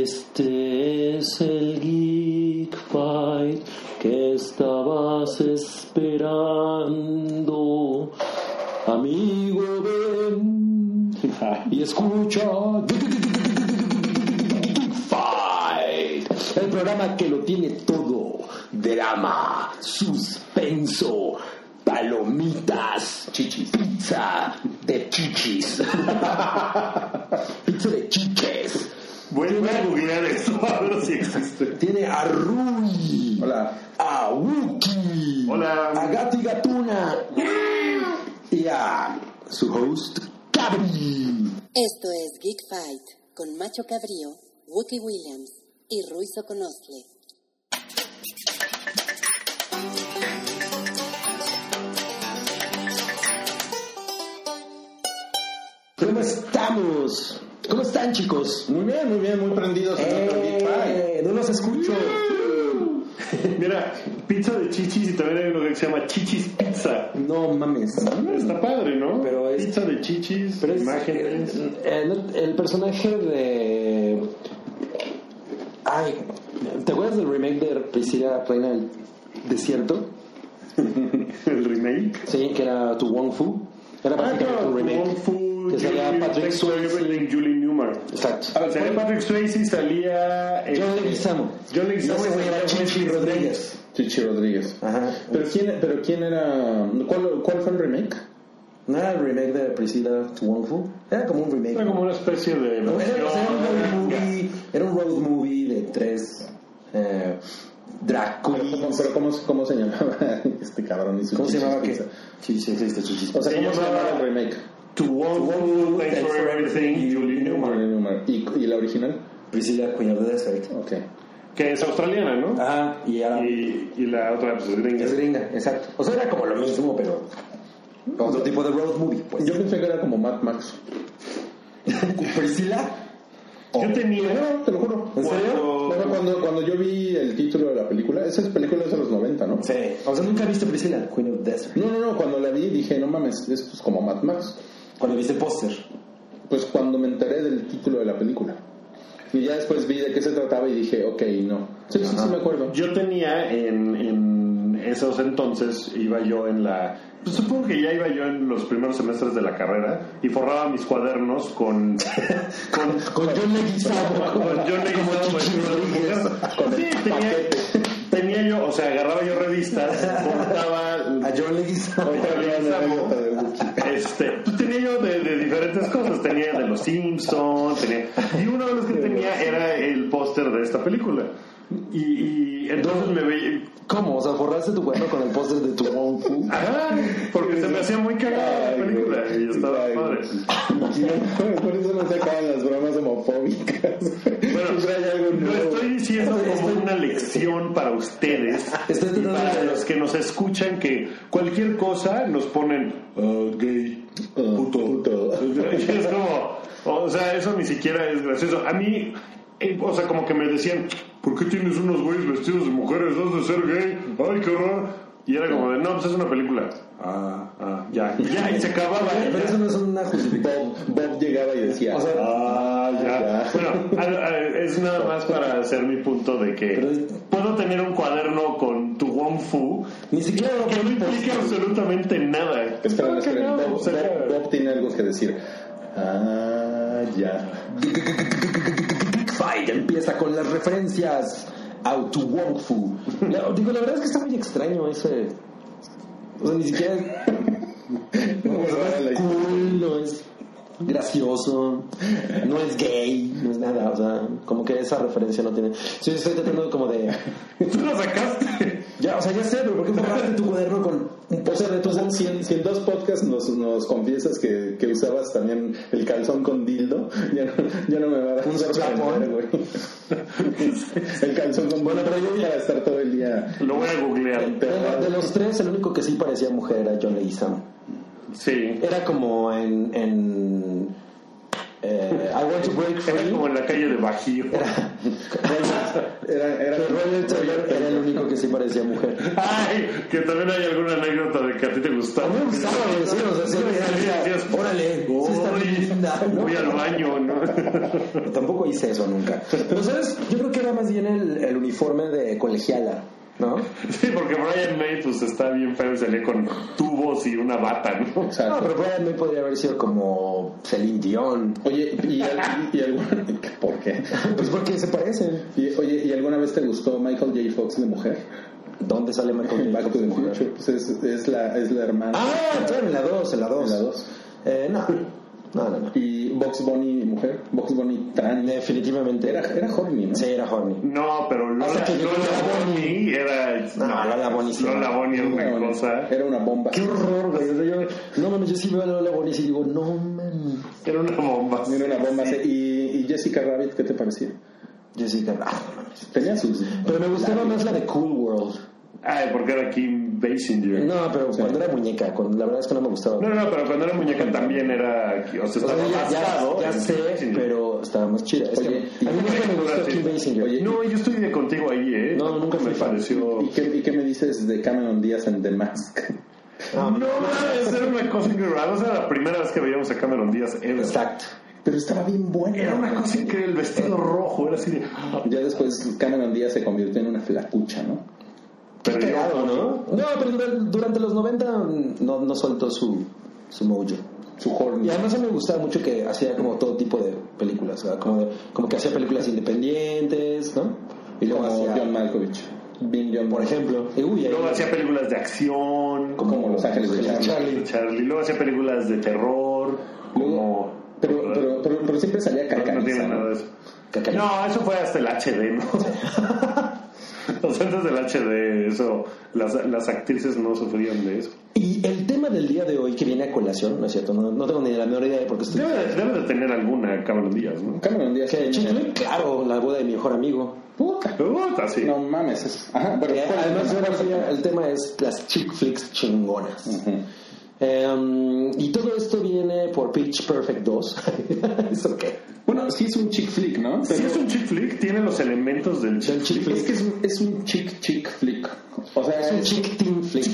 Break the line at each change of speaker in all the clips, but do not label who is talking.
Este es el Geek Fight que estabas esperando. Amigo, ven y escucha Geek Fight, el programa que lo tiene todo: drama, suspenso, palomitas, chichis, pizza de chichis, pizza de chiches.
Vuelve a googlear eso, a ver si existe.
Tiene a Rui.
Hola.
A Wookie.
Hola.
A Gati Gatuna. Y a su host, Cabri.
Esto es Geek Fight con Macho Cabrío, Wookie Williams y Ruiz Oconosle.
¿Cómo estamos? ¿Cómo están, chicos?
Muy bien, muy bien, muy prendidos. en nuestro Geek Pie.
Eh, no los escucho.
Mira, pizza de chichis y también hay uno que se llama chichis pizza.
No mames.
Está padre, ¿no?
Pero es-
Pizza de chichis,
Pero es-
imágenes.
eh, eh, no, el personaje de. Ay, ¿te acuerdas del remake de Priscila Reina del Desierto?
El remake.
Sí, que era tu Wong Fu. Era
Ah,
prácticamente un remake.
Kung Fu,
que salía
Julie-
Patrick
Thanks for
Swayze.
Everything, Julie Newmar.
Exacto.
A ver, este,
Salía
¿cuál-
Patrick Swayze, salía. eh,
John Leguizamo.
John Leguizamo.
No se voy a llamar Chichi Rodríguez.
Chichi Rodríguez.
Ajá.
¿Pero quién, pero quién era? ¿Cuál, cuál fue el remake?
¿No era el remake de Priscilla to Wong Fu? Era como un remake.
Era como una especie de.
No, Era,
versión-
era un road movie, era un road movie de tres eh, drag
¿Cómo,
queens.
pero cómo, cómo se llamaba este cabrón? y su
¿Cómo se
chichis
llamaba qué?
pizza?
Sí, sí, existe chichis.
O sea,
Se
¿cómo se
llamaba-
llamaba el remake?
To Wong Fu, Thanks for Everything, Julie Newmar.
¿Y, y la original?
Priscilla Queen of the Desert.
Ok.
Que es australiana, ¿no?
Ajá, y era.
Y, y la otra, pues, es gringa.
Ah. Es gringa, exacto. O sea, era como lo mismo, pero. Otro tipo de road movie, pues.
Yo pensé que era como Mad Max.
Priscilla.
Yo tenía.
Te lo juro.
¿En serio?
Bueno, cuando, cuando yo vi el título de la película, esa película es de los 90, ¿no?
Sí. O sea, nunca viste Priscilla Queen of the Desert.
No, no, no, cuando la vi dije, no mames, esto es pues, como Mad Max.
Cuando viste el póster.
Pues cuando me enteré del título de la película. Y ya después vi de qué se trataba y dije, ok, no. Sí, sí, sí, me acuerdo.
Yo tenía en, en esos entonces, iba yo en la... pues supongo que ya iba yo en los primeros semestres de la carrera y forraba mis cuadernos con... con
Con John Leguizamo.
con John Leguizamo,
Chichi
con-
Rodríguez.
con- Sí, tenía, tenía yo, o sea, agarraba yo revistas, cortaba...
A John Leguizamo.
Este, pues tenía yo de, de diferentes cosas, tenía de los Simpsons, tenía, y uno de los que tenía era el póster de esta película. Y, y entonces me veía,
¿Cómo? O sea, forraste tu cuerno con el póster de tu Wong Fu.
Ajá, ah, porque se me hacía muy cagada la película y estaba
Ay,
padre.
güey. Por eso no se acaban las bromas homofóbicas.
Bueno,
Siempre hay algo
Pues, lo
nuevo.
estoy diciendo como una lección para ustedes
Estoy
y
tratando
para
de-
los que nos escuchan que cualquier cosa nos ponen "Ah, gay,
Ah,
puto.
puto.
Y es como, o sea, eso ni siquiera es gracioso. A mí, eh, o sea, como que me decían, ¿por qué tienes unos güeyes vestidos de mujeres? ¿Has de ser gay? ¡Ay, qué horror! Y era como de, no, pues es una película.
Ah.
Ah, ya, Y ya, y se acababa. y
Pero
ya.
eso no es una justificación.
Bob, Bob llegaba y decía,
O sea,
Ah, ya.
Ya.
Bueno, a- a- es nada más para hacer mi punto de
Pero
que
es-
puedo tener un cuaderno con tu Wong Fu
ni siquiera era
que no
un
implica
póster.
absolutamente nada.
esperen,
Ah,
esperen,
cagado,
Bob,
o sea,
Bob- Bob tiene algo que decir. Ah, ya.
Fight empieza con las referencias a tu Wong Fu. La- digo, la verdad es que está muy extraño ese. O sea, ni siquiera es.
Muy rara la
es cool, no es gracioso, no es gay, no es nada. O sea, como que esa referencia no tiene. Sí, estoy tratando como de.
Tú lo sacaste.
Ya, o sea, ya sé, pero ¿por qué borraste tu cuaderno con un
O sea,
póster de tu
entonces, si, en, si en dos podcasts nos, nos confiesas que, que usabas también el calzón con dildo, ya no, ya no me va a dar
Un
sorprender, güey. El calzón con bueno, pero yo para estar todo el día.
Lo voy a googlear.
De, de los tres, el único que sí parecía mujer era John Leguizamo.
Sí.
Era como en, en eh, I Want to Break
Era
Free.
como en la calle de Bajío.
Era, era,
Pero Roger Taylor era el único que sí parecía mujer.
Ay, que también hay alguna anécdota de que a ti te
A
gustaba.
mí me gustaba, güey, sí, o sea, siempre decía, órale, sí está
Uy,
linda, ¿no?
Voy al baño, ¿no?
Tampoco hice eso nunca. Pero, ¿sabes? Yo creo que era más bien el, el uniforme de colegiala, ¿no?
Sí, porque Brian May pues está bien feo y salía con tubos y una bata, ¿no?
No,
Exacto.
Ah, pero probablemente podría haber sido como Celine Dion.
Oye, y, al- y, y alguna... ¿Por qué?
Pues porque se parecen.
Y, oye, ¿y alguna vez te gustó Michael J. Fox de mujer?
¿Dónde sale Michael J.
Back
Fox
to
de
the
mujer?
Future. Pues es, es la, es la hermana.
Ah, claro, en la 2, en la 2.
En la dos.
Eh, no. No, no, no.
Y Box Bunny mujer. Box Bunny trans.
Definitivamente.
Era, era horny, ¿no?
Sí, era horny.
No, pero Lola,
Hasta que llegó
Lola
la
Bonnie era...
No, Lola Bonnie sí.
Lola Bonnie era
Era
una
una-
cosa.
Era una bomba.
Qué horror, güey. O sea, yo, no mames, yo sí veo a Lola Bonis y digo, no mames.
Era una bomba.
Era una bomba. sí. Y, y Jessica Rabbit, ¿qué te parecía?
Jessica, ah, no mames.
Tenía sus...
Pero me gustaba más la de Cool World.
Ay, porque era Kim Basinger. No.
No, pero cuando era muñeca, cuando, la verdad es que no me gustaba.
no, pero cuando era muñeca también era... O sea,
O sea,
estaba
ya, ya-
basado
ya
en Kim
sé,
Basinger.
pero estaba más chida. Es que
Oye,
a mí nunca me gustó
Gracias.
Kim Basinger.
Oye,
No, yo estoy de contigo ahí, ¿eh?
No, nunca
me
fui fan.
pareció...
¿Y qué, ¿Y qué me dices de Cameron Díaz en The Mask?
no,
No, esa era una cosa increíble. Además, era la primera vez que veíamos a Cameron Díaz ever.
exacto.
Pero estaba bien buena.
Era una cosa increíble, el vestido rojo, era así de... ah,
Ya después Cameron Díaz se convirtió en una flacucha, ¿no?
Pero yo-
Claro, ¿no? No, pero durante, durante los 90 no, no soltó su, su mojo.
Su horn.
Y además a mí me gustaba mucho que hacía como todo tipo de películas, o sea, como, de- como que hacía películas independientes, ¿no? Y luego
Como
hacía,
John Malkovich. Bien John
por
Malkovich.
ejemplo, y uy, ahí-
Luego hacía películas de acción, como
Como, Los Ángeles de Charlie.
Charlie.
Charlie. Luego hacía películas de terror, como...
Pero, pero, pero, pero siempre salía
No, no
cacaniza.
tiene nada de eso.
Caca-
No, eso fue hasta el HD, ¿no? o sea, antes del HD, eso... Las, las actrices no sufrían de eso.
Y el tema del día de hoy que viene a colación, ¿no es cierto? No, no tengo ni la menor idea de por qué estoy...
Pues Debe de, debe de tener alguna Cameron Díaz, ¿no?
Cameron Díaz.
¿Qué,
tenía-
chicle? Claro, la boda de mi mejor amigo.
Puta.
Puta, sí.
No mames. es- Ajá, pero
Eh,
¿cuál-
además,
cuál-
ahora sí, el tema es las chick flicks chingonas.
Ujú.
Em, y todo esto viene por Pitch Perfect 2. ¿Eso qué?
Bueno, sí es un chick flick, ¿no?
Si
Pero-
es un chick flick, tiene los elementos del chick
Del chick
Es
flick.
que es un, es un chick chick flick. O sea,
Es un chick teen flick.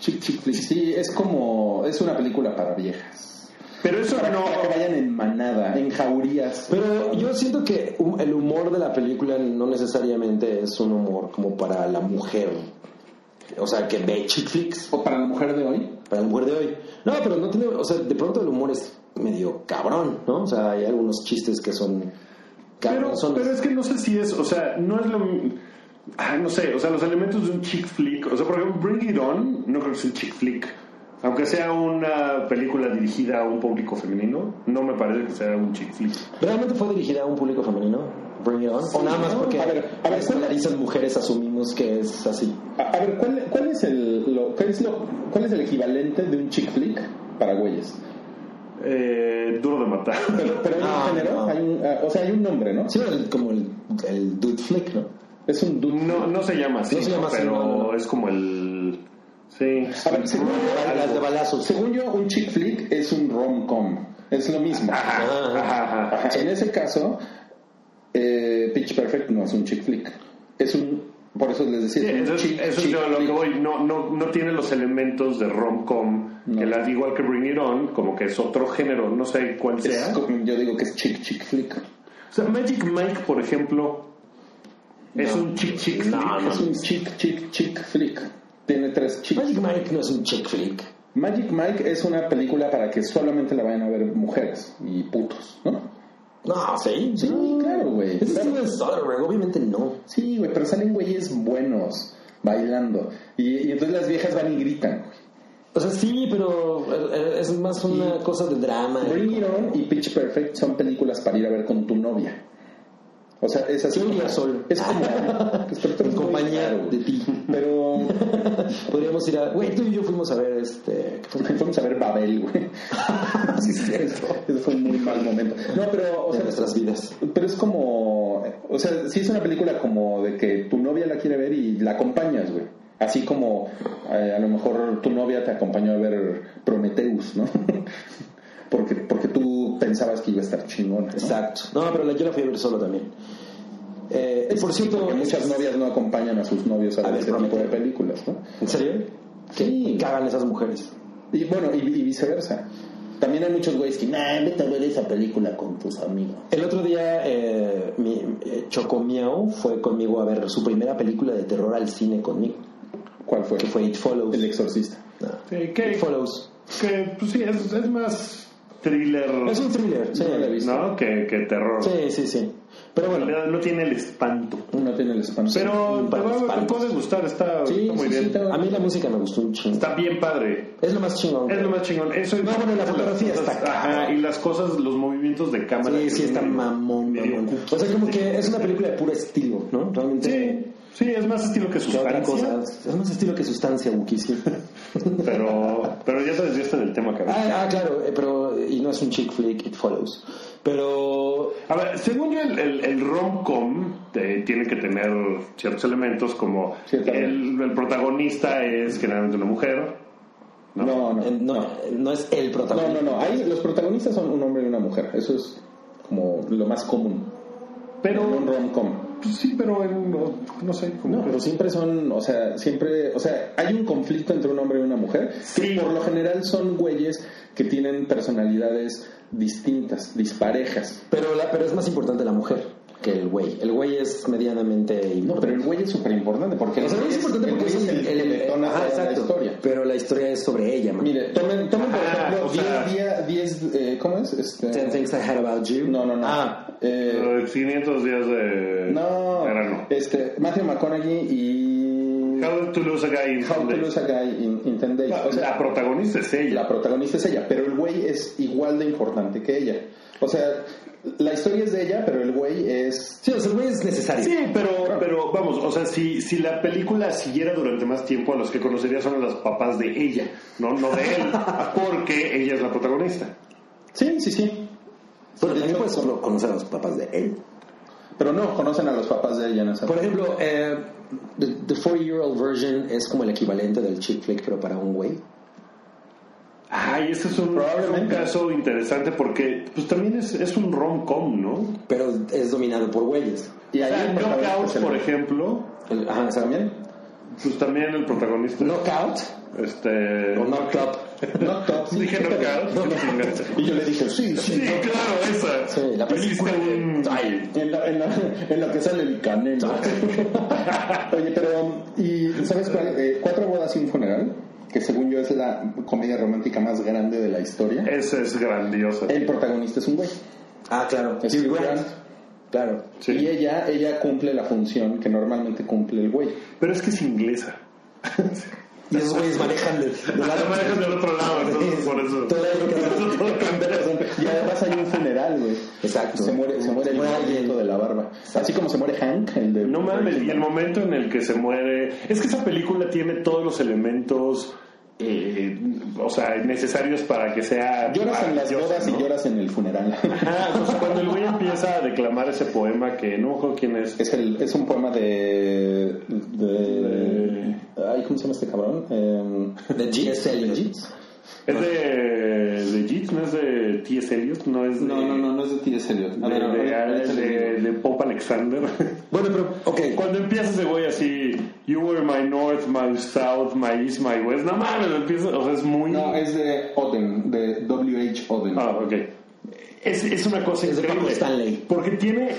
chick chick flick. Sí, es como. Es una película para viejas.
Pero eso
Para,
no...
para que vayan en manada, en jaurías.
Pero yo siento que hum- el humor de la película no necesariamente es un humor como para la mujer. O sea, que ve chick flicks
O para la mujer de hoy.
para la mujer de hoy. No, pero no tiene... O sea, de pronto el humor es medio cabrón, ¿no? O sea, hay algunos chistes que son...
Pero,
cabrones.
pero es que no sé si es, o sea, no es lo. Ah, no sé, o sea, los elementos de un chick flick. O sea, por ejemplo, Bring It On, no creo que sea un chick flick. Aunque sea una película dirigida a un público femenino, no me parece que sea un chick flick.
¿Realmente fue dirigida a un público femenino? Bring It On. o nada más
¿no?
porque
A ver, a ver,
las
¿cuál-
polarizan mujeres asumimos que es así.
A, a ver, ¿cuál, cuál es el, lo, cuál, es lo, ¿cuál es el equivalente de un chick flick para güeyes?
Eh, duro de matar.
Pero, pero hay un
No,
género,
no.
hay un, ah, o sea, hay un nombre, ¿no?
Sí, el- como el, el dude flick, ¿no?
Es un dude.
No, no se llama así,
No se llama así,
pero
no, no, no.
es como el. Sí.
A ver, según yo,
Las de balazos.
según yo, un chick flick es un rom-com. Es lo mismo.
Ajá, ajá, ajá.
Ajá, En ese caso, eh, Pitch Perfect no es un chick flick. Es un. Por eso les
Sí,
decía. es
eso
un
es,
chick-
eso es
chick
yo a lo que
flick.
voy. No, no, no tiene los elementos de rom-com,
No.
que la, igual que Bring It On, como que es otro género, no sé cuál
Es
sea.
como- yo digo que es chick chick flick.
O sea, Magic Mike, por ejemplo, es
No.
un chick chick
No,
flick.
no.
Es un chick chick chick flick. Tiene tres chicks.
Magic Mike no es un chick flick.
Magic Mike es una película para que solamente la vayan a ver mujeres y putos, ¿no?
No, sí.
Sí, claro, güey.
Ese
Claro.
Steven Soderbergh, obviamente no.
Sí, güey, pero salen güeyes buenos bailando. Y, y entonces las viejas van y gritan, güey.
O sea, sí, pero eh, es más una cosa de drama.
Bring It On y Pitch Perfect son películas para ir a ver con tu novia. O sea, es así.
Sí,
como-
ya sol.
Es como. pues,
En compañía de ti.
Pero.
Podríamos ir a... Güey, tú y yo fuimos a ver este... ¿qué fue?
pues, Fuimos a ver Babel, güey.
Sí, es cierto.
Eso fue un muy mal momento. No, pero. O
De
sea,
nuestras vidas.
pero es como. O sea, sí es una película como de que tu novia la quiere ver y la acompañas, güey. Así como eh, a lo mejor tu novia te acompañó a ver Prometheus, ¿no? porque, porque tú tú pensabas que iba a estar chingona. ¿no?
Exacto. No, pero la, yo la fui a ver solo también. Eh, y por cierto,
Porque muchas novias no acompañan a sus novios a,
A
ver
ver,
ese
promete.
tipo de películas, ¿no?
¿en serio?
Sí.
Cagan esas mujeres.
Y bueno, y, y viceversa. También hay muchos güeyes que, nah, vete a ver esa película con tus amigos.
El otro día, eh, mi eh, Chocomiao fue conmigo a ver su primera película de terror al cine conmigo,
¿Cuál fue?
que fue It Follows.
El exorcista.
No.
Sí,
It
que,
Follows.
que, pues sí, es, es más thriller,
Es un thriller, sí.
No la he visto.
¿no? Que, que terror.
Sí, sí, sí. Pero
En
bueno,
realidad no tiene el espanto.
No tiene el espanto.
Pero te
para
va- te
espantos.
puede gustar, está,
Sí,
está muy
sí, sí,
bien.
está-
a mí la música me gustó un chingo.
Está bien padre.
Es lo más chingón.
Es lo más chingón. Eso es-
No, bueno, la fotografía
las cosas-
está-
Ajá, y las cosas, los movimientos de cámara.
Sí,
que
sí,
son
está
medio-
mamón,
medio
mamón.
cucos.
O sea, como que es una película de puro estilo, ¿no? Realmente.
Sí, sí, es más estilo que
que otra
sustancia.
cosa. Es más estilo que sustancia, Wookiee, sí.
Pero, pero ya te desviaste del tema, cabrón.
ah, ah, claro, eh, pero. Y no es un chick flick, it follows. Pero.
A ver, según yo, el, el, el rom-com eh, tiene que tener ciertos elementos como
Sí, claro.
el, el protagonista es generalmente una mujer.
No, no, no.
eh, No, no es el
No,
protagonista.
no, no. Ahí los protagonistas son un hombre y una mujer. Eso es como lo más común.
Pero,
En un rom-com.
pues sí, pero en- no, no sé. como
No,
que-
pero siempre son, o sea, siempre, o sea, hay un conflicto entre un hombre y una mujer que
Sí.
por lo general son güeyes que tienen personalidades distintas, disparejas.
Pero, la, pero es más importante la mujer que el güey. El güey es medianamente
No,
importante.
pero el güey es súper importante porque
O sea, el güey es importante porque
güey
es el, el-
que
el-
detona
ajá,
toda la
exacto.
historia.
Pero la historia es sobre ella, man.
Mire, tomen, tomen por
Ah,
ejemplo
o sea-
10 días, 10, eh, ¿cómo es? Este,
Ten things I had about you.
no, no, no.
Ah,
Eh,
eh, 500 días de
no,
verano.
este, Matthew McConaughey y
How to lose a guy in
How to
Sunday.
Lose a Guy in, in 10 Days.
Ah,
La,
O sea,
la protagonista es
Y
ella.
la protagonista es ella, pero el güey es igual de importante que ella. O sea, la historia es de ella, pero el güey es...
sí, o sea, el güey es necesario.
Sí, pero, pero vamos, o sea, si, si la película siguiera durante más tiempo, a los que conocería son a los papás de ella, no, no de él, porque ella es la protagonista.
Sí, sí, sí.
Bueno, también puedes solo conocer a los papás de él.
Pero no, conocen a los papás de ella en esa...
Por ejemplo, eh, the, the 40-year-old version es como el equivalente del chick flick, pero para un güey.
Ay, ese es un, un
Probablemente.
caso interesante porque pues también es, es un rom-com, ¿no?
Pero es dominado por güeyes.
Y
O sea,
el protagonista
Knockout,
es el-
por ejemplo,
El- ajá, ¿saben bien?
pues también el protagonista.
Knockout
Este.
o knocked up.
No, top, sí.
Dije knockout. chingaste.
Y yo le dije, sí,
Sí,
sí.
claro, esa.
Sí, la película.
Hiciste un-
Ay,
En la, en, la, en la que sale el canelo. Oye, pero, ¿y sabes cuál? Eh, Cuatro bodas y un funeral, que según yo es la comedia romántica más grande de la historia.
Esa es grandiosa.
El protagonista es un güey.
Ah, claro.
Es
Hugh
Hugh
Grant.
Grant.
Claro.
Sí.
Y ella, ella cumple la función que normalmente cumple el güey.
Pero es que es inglesa.
Y esos güeyes manejan de, de
La
lado.
manejan del otro lado, entonces por eso.
Todo el mundo.
Y además hay un funeral, güey.
Exacto.
Se muere, se muere el
Muere
momento
alguien.
de la barba. Así como se muere Hank, el de.
No mames, y el momento en el que se muere. Es que esa película tiene todos los elementos. eh, o sea, necesarios para que sea.
Lloras en las
maravillosa,
bodas
¿no?
y lloras en el funeral.
Ajá, o sea, cuando el güey empieza a declamar ese poema que no me acuerdo quién es.
Es, el, es un poema de, de. Ay, ¿cómo se llama este cabrón? Eh,
De G.S. Eliot.
Es de. de Yeats, no es de T.S. Eliot, no es de.
no, no, no, no es de T.S. Eliot. A
De,
ver, a ver, a ver,
de- de- de Pope Alexander.
Bueno, pero, ok.
Cuando empieza ese güey así, You were my north, my south, my east, my west. No mames, empieza, o sea, es muy.
No, es de Oden, de W.H. Oden.
Ah, ok. Es, es una cosa
Es de
increíble.
Paco Stanley.
Porque tiene,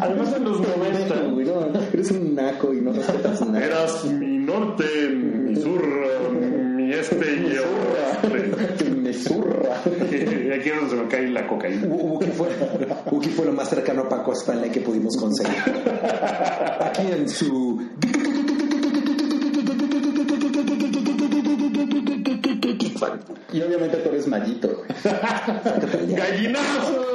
además en los 90,
Güey, no, eres un naco y no respetas nada.
eras mi norte, mi sur, mi este y el oeste.
Me zurra.
Y aquí es donde se me cae la cocaína.
Wookie fue, Wookie fue lo más cercano a Paco Stanley que pudimos conseguir. Aquí en su.
Y obviamente tú eres mallito, güey.
¡Gallinazo!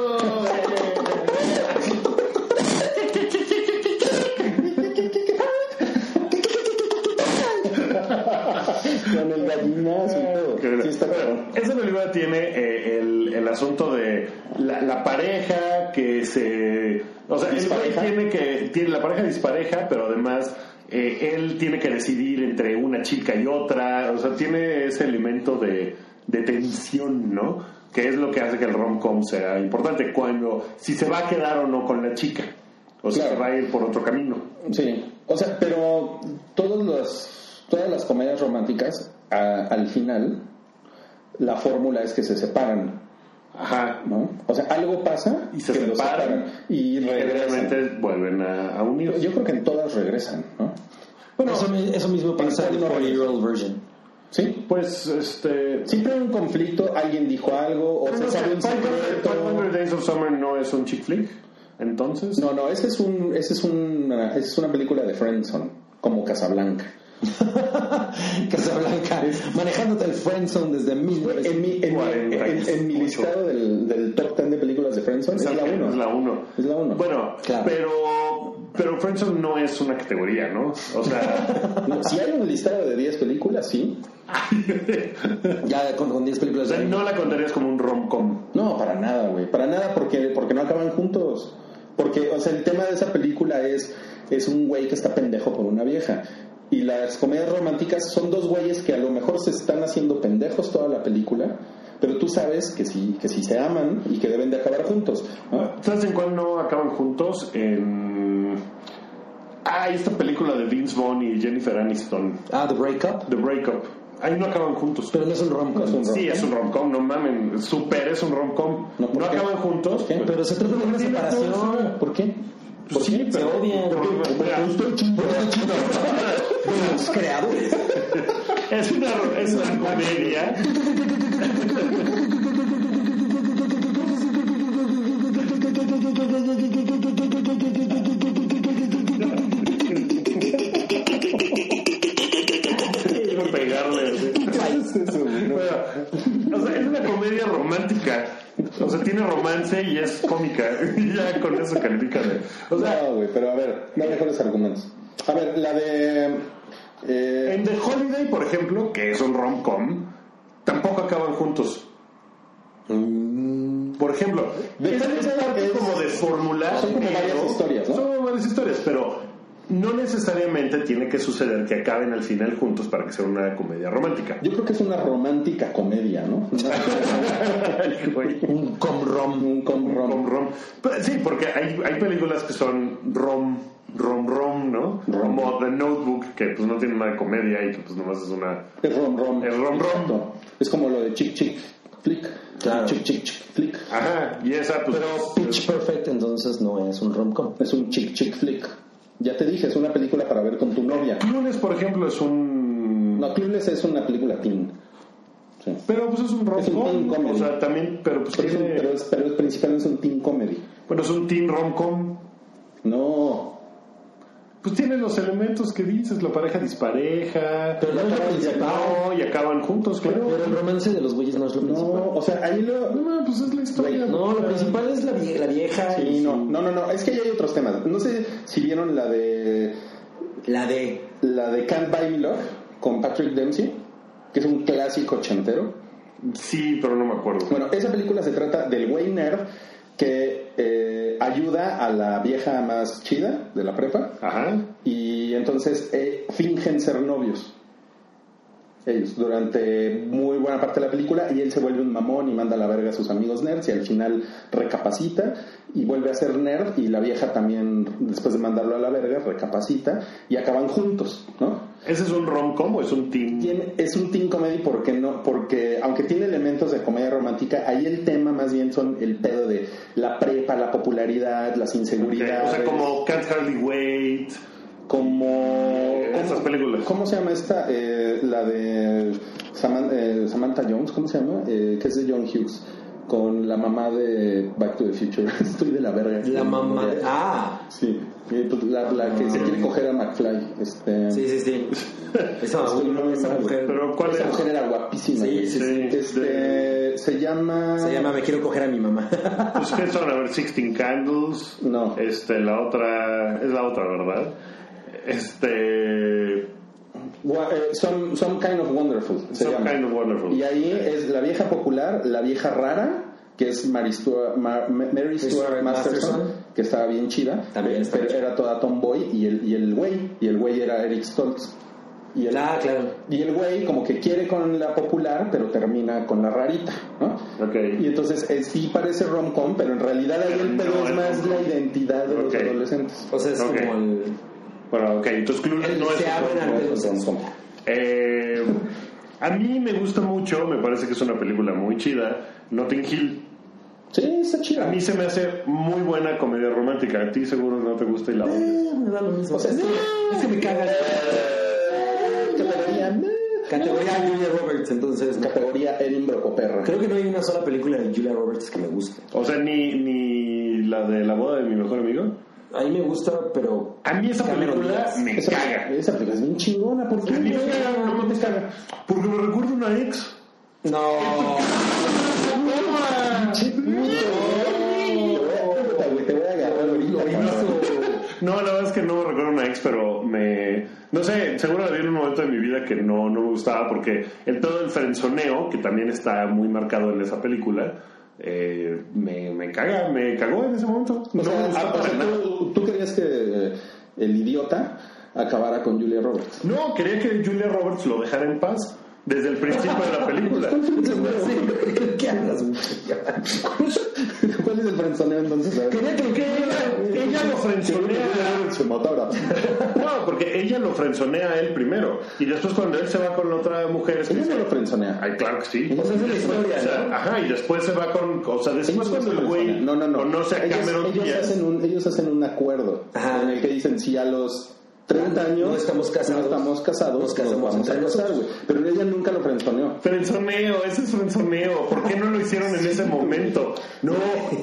Con el gallinazo y todo. Sí, está
Bueno,
claro.
Esa película tiene eh, el, el asunto de la, la pareja que se... O sea, el güey
Dispareja.
tiene que... Tiene la pareja dispareja, pero además eh, él tiene que decidir entre una chica y otra. O sea, tiene ese elemento de, de tensión, ¿no? que es lo que hace que el rom-com sea importante, cuando si se va a quedar o no con la chica, o si
Claro.
se va a ir por otro camino.
Sí, o sea, pero todas las, todas las comedias románticas, a- al final, la fórmula es que se separan,
Ajá.
¿no? O sea, algo pasa
Y se
que los
separan.
y
Y
regresan.
generalmente vuelven a, a unirse.
Yo creo que en todas regresan, ¿no?
Bueno, eso, mi- eso mismo pasa en
cuál no
Four Year Old Version.
Sí.
Pues, este...
Siempre hay un conflicto, alguien dijo algo, o se sabe un secreto.
500 Days of Summer no es un chick flick, entonces.
No, no, ese es un, ese es una, esa es una película de Friendzone, como Casablanca.
Casablanca, manejándote el friendzone desde mil
En mi, en, mi- en- en- en mi listado del, del top 10 de películas de Friendzone es la 1.
Es la 1.
Es la uno.
Bueno,
Claro.
pero, pero Friendzone no es una categoría, ¿no? O sea,
No, si hay un listado de 10 películas, sí.
Ya con, con 10
o
películas
sea,
de
no la contarías como un rom-com.
No, para nada, güey. Para nada porque, porque no acaban juntos. Porque, o sea, el tema de esa película es, es un güey que está pendejo por una vieja. Y las comedias románticas son dos güeyes que a lo mejor se están haciendo pendejos toda la película, pero tú sabes que sí, que sí se aman y que deben de acabar juntos. ¿no?
¿Sabes en cuál no acaban juntos? En. Ah, esta película de Vince Vaughn y Jennifer Aniston,
Ah, The Breakup.
The Breakup. Ahí no acaban juntos.
Pero no es un rom-com.
No es un rom-
Sí, es un rom-com, no mamen. Super es un rom-com.
No,
No,
¿por qué?
acaban juntos.
¿Por qué?
Pero se trata de una separación.
¿Por qué?
Pues sí,
Se
pero-
odian.
Porque- mira,
De los creadores.
Es una, es una comedia. Quiero pegarle. así. Bueno, o sea, es una comedia romántica. O sea, tiene romance y es cómica. Y ya con eso califícale. O sea,
No, güey, pero a ver, no mejores argumentos. A ver, la de... eh,
en The Holiday, por ejemplo, que es un rom-com, tampoco acaban juntos. Por ejemplo,
Mm. De
esa
tal
es
vez
parte
es-
como de formular.
son como
pero-
varias historias, ¿no?
Son como varias historias, pero no necesariamente tiene que suceder que acaben al final juntos para que sea una comedia romántica.
Yo creo que es una romántica comedia, ¿no?
Güey,
Un com-rom.
Un com
rom,
rom.
rom. Pero sí, porque hay, hay películas que son rom, rom, rom, ¿no?
Rom.
Como The Notebook, que pues no tiene una comedia y que pues nomás es una...
Es rom rom.
Es rom, rom.
Exacto. Es como lo de chick chick flick.
Claro.
Chick chick chick flick.
Ajá, y esa pues...
Pitch Perfect entonces no es un rom-com.
Es un chick chick flick. Ya te dije, es una película para ver con tu novia.
Lunes, por ejemplo, es
Mm.
un...
No, Clueless es una película teen. Sí.
Pero pues es un
Es un teen
rom-com, o
comedy.
sea, también, pero pues
Pero, es un-
tiene...
pero es- pero es- principalmente es un teen comedy.
Bueno, es un teen rom-com.
No.
Pues tiene los elementos que dices, la pareja dispareja.
Pero no es lo principal.
no, y acaban juntos, claro.
Pero el romance de los güeyes no es lo principal.
No, o sea, ahí lo...
No, no, pues es la historia.
No, lo principal es la, vie- la vieja.
Sí, no, no, no, no. Es que ahí hay otros temas. No sé si vieron la de...
La de.
La de Can't Buy Me Love con Patrick Dempsey, que es un clásico ochentero.
Sí, pero no me acuerdo.
Bueno, esa película se trata del güey nerd que eh, ayuda a la vieja más chida de la prepa
Ajá.
y entonces eh, fingen ser novios. Ellos durante muy buena parte de la película y él se vuelve un mamón y manda a la verga a sus amigos nerds y al final recapacita y vuelve a ser nerd y la vieja también después de mandarlo a la verga recapacita y acaban juntos, ¿no?
¿Ese es un rom-com o es un teen?
Tiene- es un teen comedy porque no porque aunque tiene elementos de comedia romántica ahí el tema más bien son el pedo de la prepa la popularidad las inseguridades
O sea, como Can't Hardly Wait.
como
Esas
¿cómo-
películas.
cómo se llama esta Eh, la de Saman- eh, Samantha Jones cómo se llama Eh, que es de John Hughes con la mamá de Back to the Future estoy de la verga
La mamá. de- Ah,
sí eh, pues, la, la que se quiere coger a McFly este
sí, sí, sí. Esa,
Estoy muy
esa
mal,
mujer.
Pero ¿cuál
esa
es?
mujer era guapísima
Sí,
güey.
sí, sí.
Este, se llama...
Se llama Me quiero coger a mi mamá.
Pues que son, a ver, Sixteen Candles.
No.
Este, la otra... Es la otra, ¿verdad? Este...
Wa- eh, some, Some Kind of Wonderful. se
Some
llama.
Kind of Wonderful.
Y ahí es la vieja popular, la vieja rara, que es Mary Stuart, Ma- Ma- Mary Stuart
Stuart
Masterson,
Masterson.
que estaba bien chida.
También está
pero
chida.
era toda tomboy y el, y el güey. Y el güey era Eric Stoltz. Y el,
Ah, claro.
y el güey como que quiere con la popular, pero termina con la rarita, ¿no?
Ok.
Y entonces eh, sí parece rom-com, pero en realidad ahí
Pero
el
no
pedo
es
es más
rom-com.
la identidad de
Ok.
los adolescentes.
O sea, es
Ok.
como el.
Bueno, ok, entonces Clueless
el
no es.
se abren
no
ante
es
los
rom-com.
Eh, a mí me gusta mucho, me parece que es una película muy chida. Notting Hill.
Sí, está chida.
A mí se me hace muy buena comedia romántica. A ti seguro no te gusta y la odias.
O sea, es que, es que me caga.
Categoría, meh.
Categoría Julia Roberts, entonces. no.
categoría Erin Brocoperra.
Creo que no hay una sola película de Julia Roberts que me guste.
O sea, ni, ni la de la boda de mi mejor amigo.
A mí me gusta, pero.
A mí esa
Cameron
película
Díaz.
me
Esa,
caga.
esa película es bien chingona, ¿por qué?
A mí me caga, no me caga. Porque me recuerda a una ex.
No.
Che, puto. Te voy a- puta, güey, Te voy a agarrar ahorita. cabrón.
No, la verdad es que no me recuerda a una ex, pero me... No sé, seguro la vi en un momento de mi vida que no, no me gustaba porque el todo el frenzoneo, que también está muy marcado en esa película, eh, me, me caga, me cagó en ese momento.
O
no
sea,
me gustaba
o sea,
para nada.
tú, tú querías que eh, el idiota acabara con Julia Roberts.
No, quería que Julia Roberts lo dejara en paz desde el principio de la película.
¿Qué hablas?
¿Cuál es el frenzoneo entonces? A ver.
Quería que
Que ella, ella lo frenzonea.
Se mató ahora.
No, porque ella lo frenzonea a él primero. Y después cuando él se va con la otra mujer es que
Ella no
dice,
lo frenzonea.
Ay, claro que sí.
O sea, esa es la
O sea,
historia, ¿no?
Ajá, y después se va con. O sea,
Ella
después
no
cuando
se
el güey
frenzonea. no, no, no.
conoce a
ellos,
Cameron
ellos
Díaz.
hacen un, ellos hacen un acuerdo
Ajá. Ah,
en el que dicen si a los 30 años
No estamos casados.
no estamos casados,
Nos
nos,
casamos
vamos a
entre
casar, güey. Pero ella nunca lo frenzoneó.
Frenzoneo, ese es frenzoneo. ¿Por qué no lo hicieron en ese momento? No,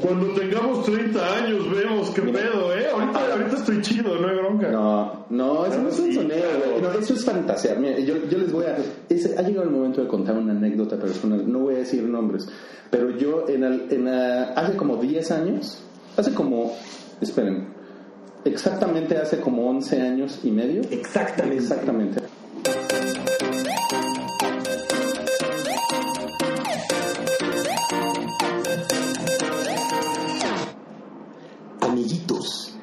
cuando tengamos 30 años vemos qué pedo, ¿eh? Ahorita, ahorita estoy chido, no hay bronca.
No, no, eso
Ah,
no es
sí,
un soneo,
claro.
güey. No, eso es fantasear. Mira, yo, yo les voy a. ese- ha llegado el momento de contar una anécdota personal. No voy a decir nombres. Pero yo, en, al- en a- hace como 10 años, hace como. Esperen. Exactamente hace como 11 años y medio.
Exactamente.
Exactamente.
Amiguitos,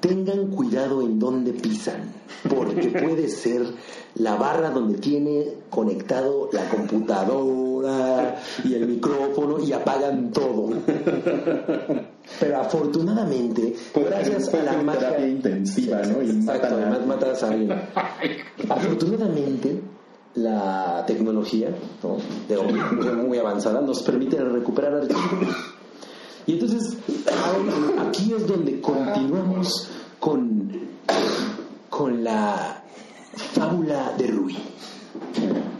tengan cuidado en dónde pisan, porque puede ser la barra donde tiene conectado la computadora y el micrófono y apagan todo. Pero afortunadamente,
Pues,
gracias
fue
a la
una
magia
terapia intensiva, ¿no? Y
Exacto,
matan a-
además matas a alguien. Afortunadamente, la tecnología ¿no? de hoy, muy avanzada nos permite recuperar archivos. Y entonces, ahora, aquí es donde continuamos con, con la fábula de Rui.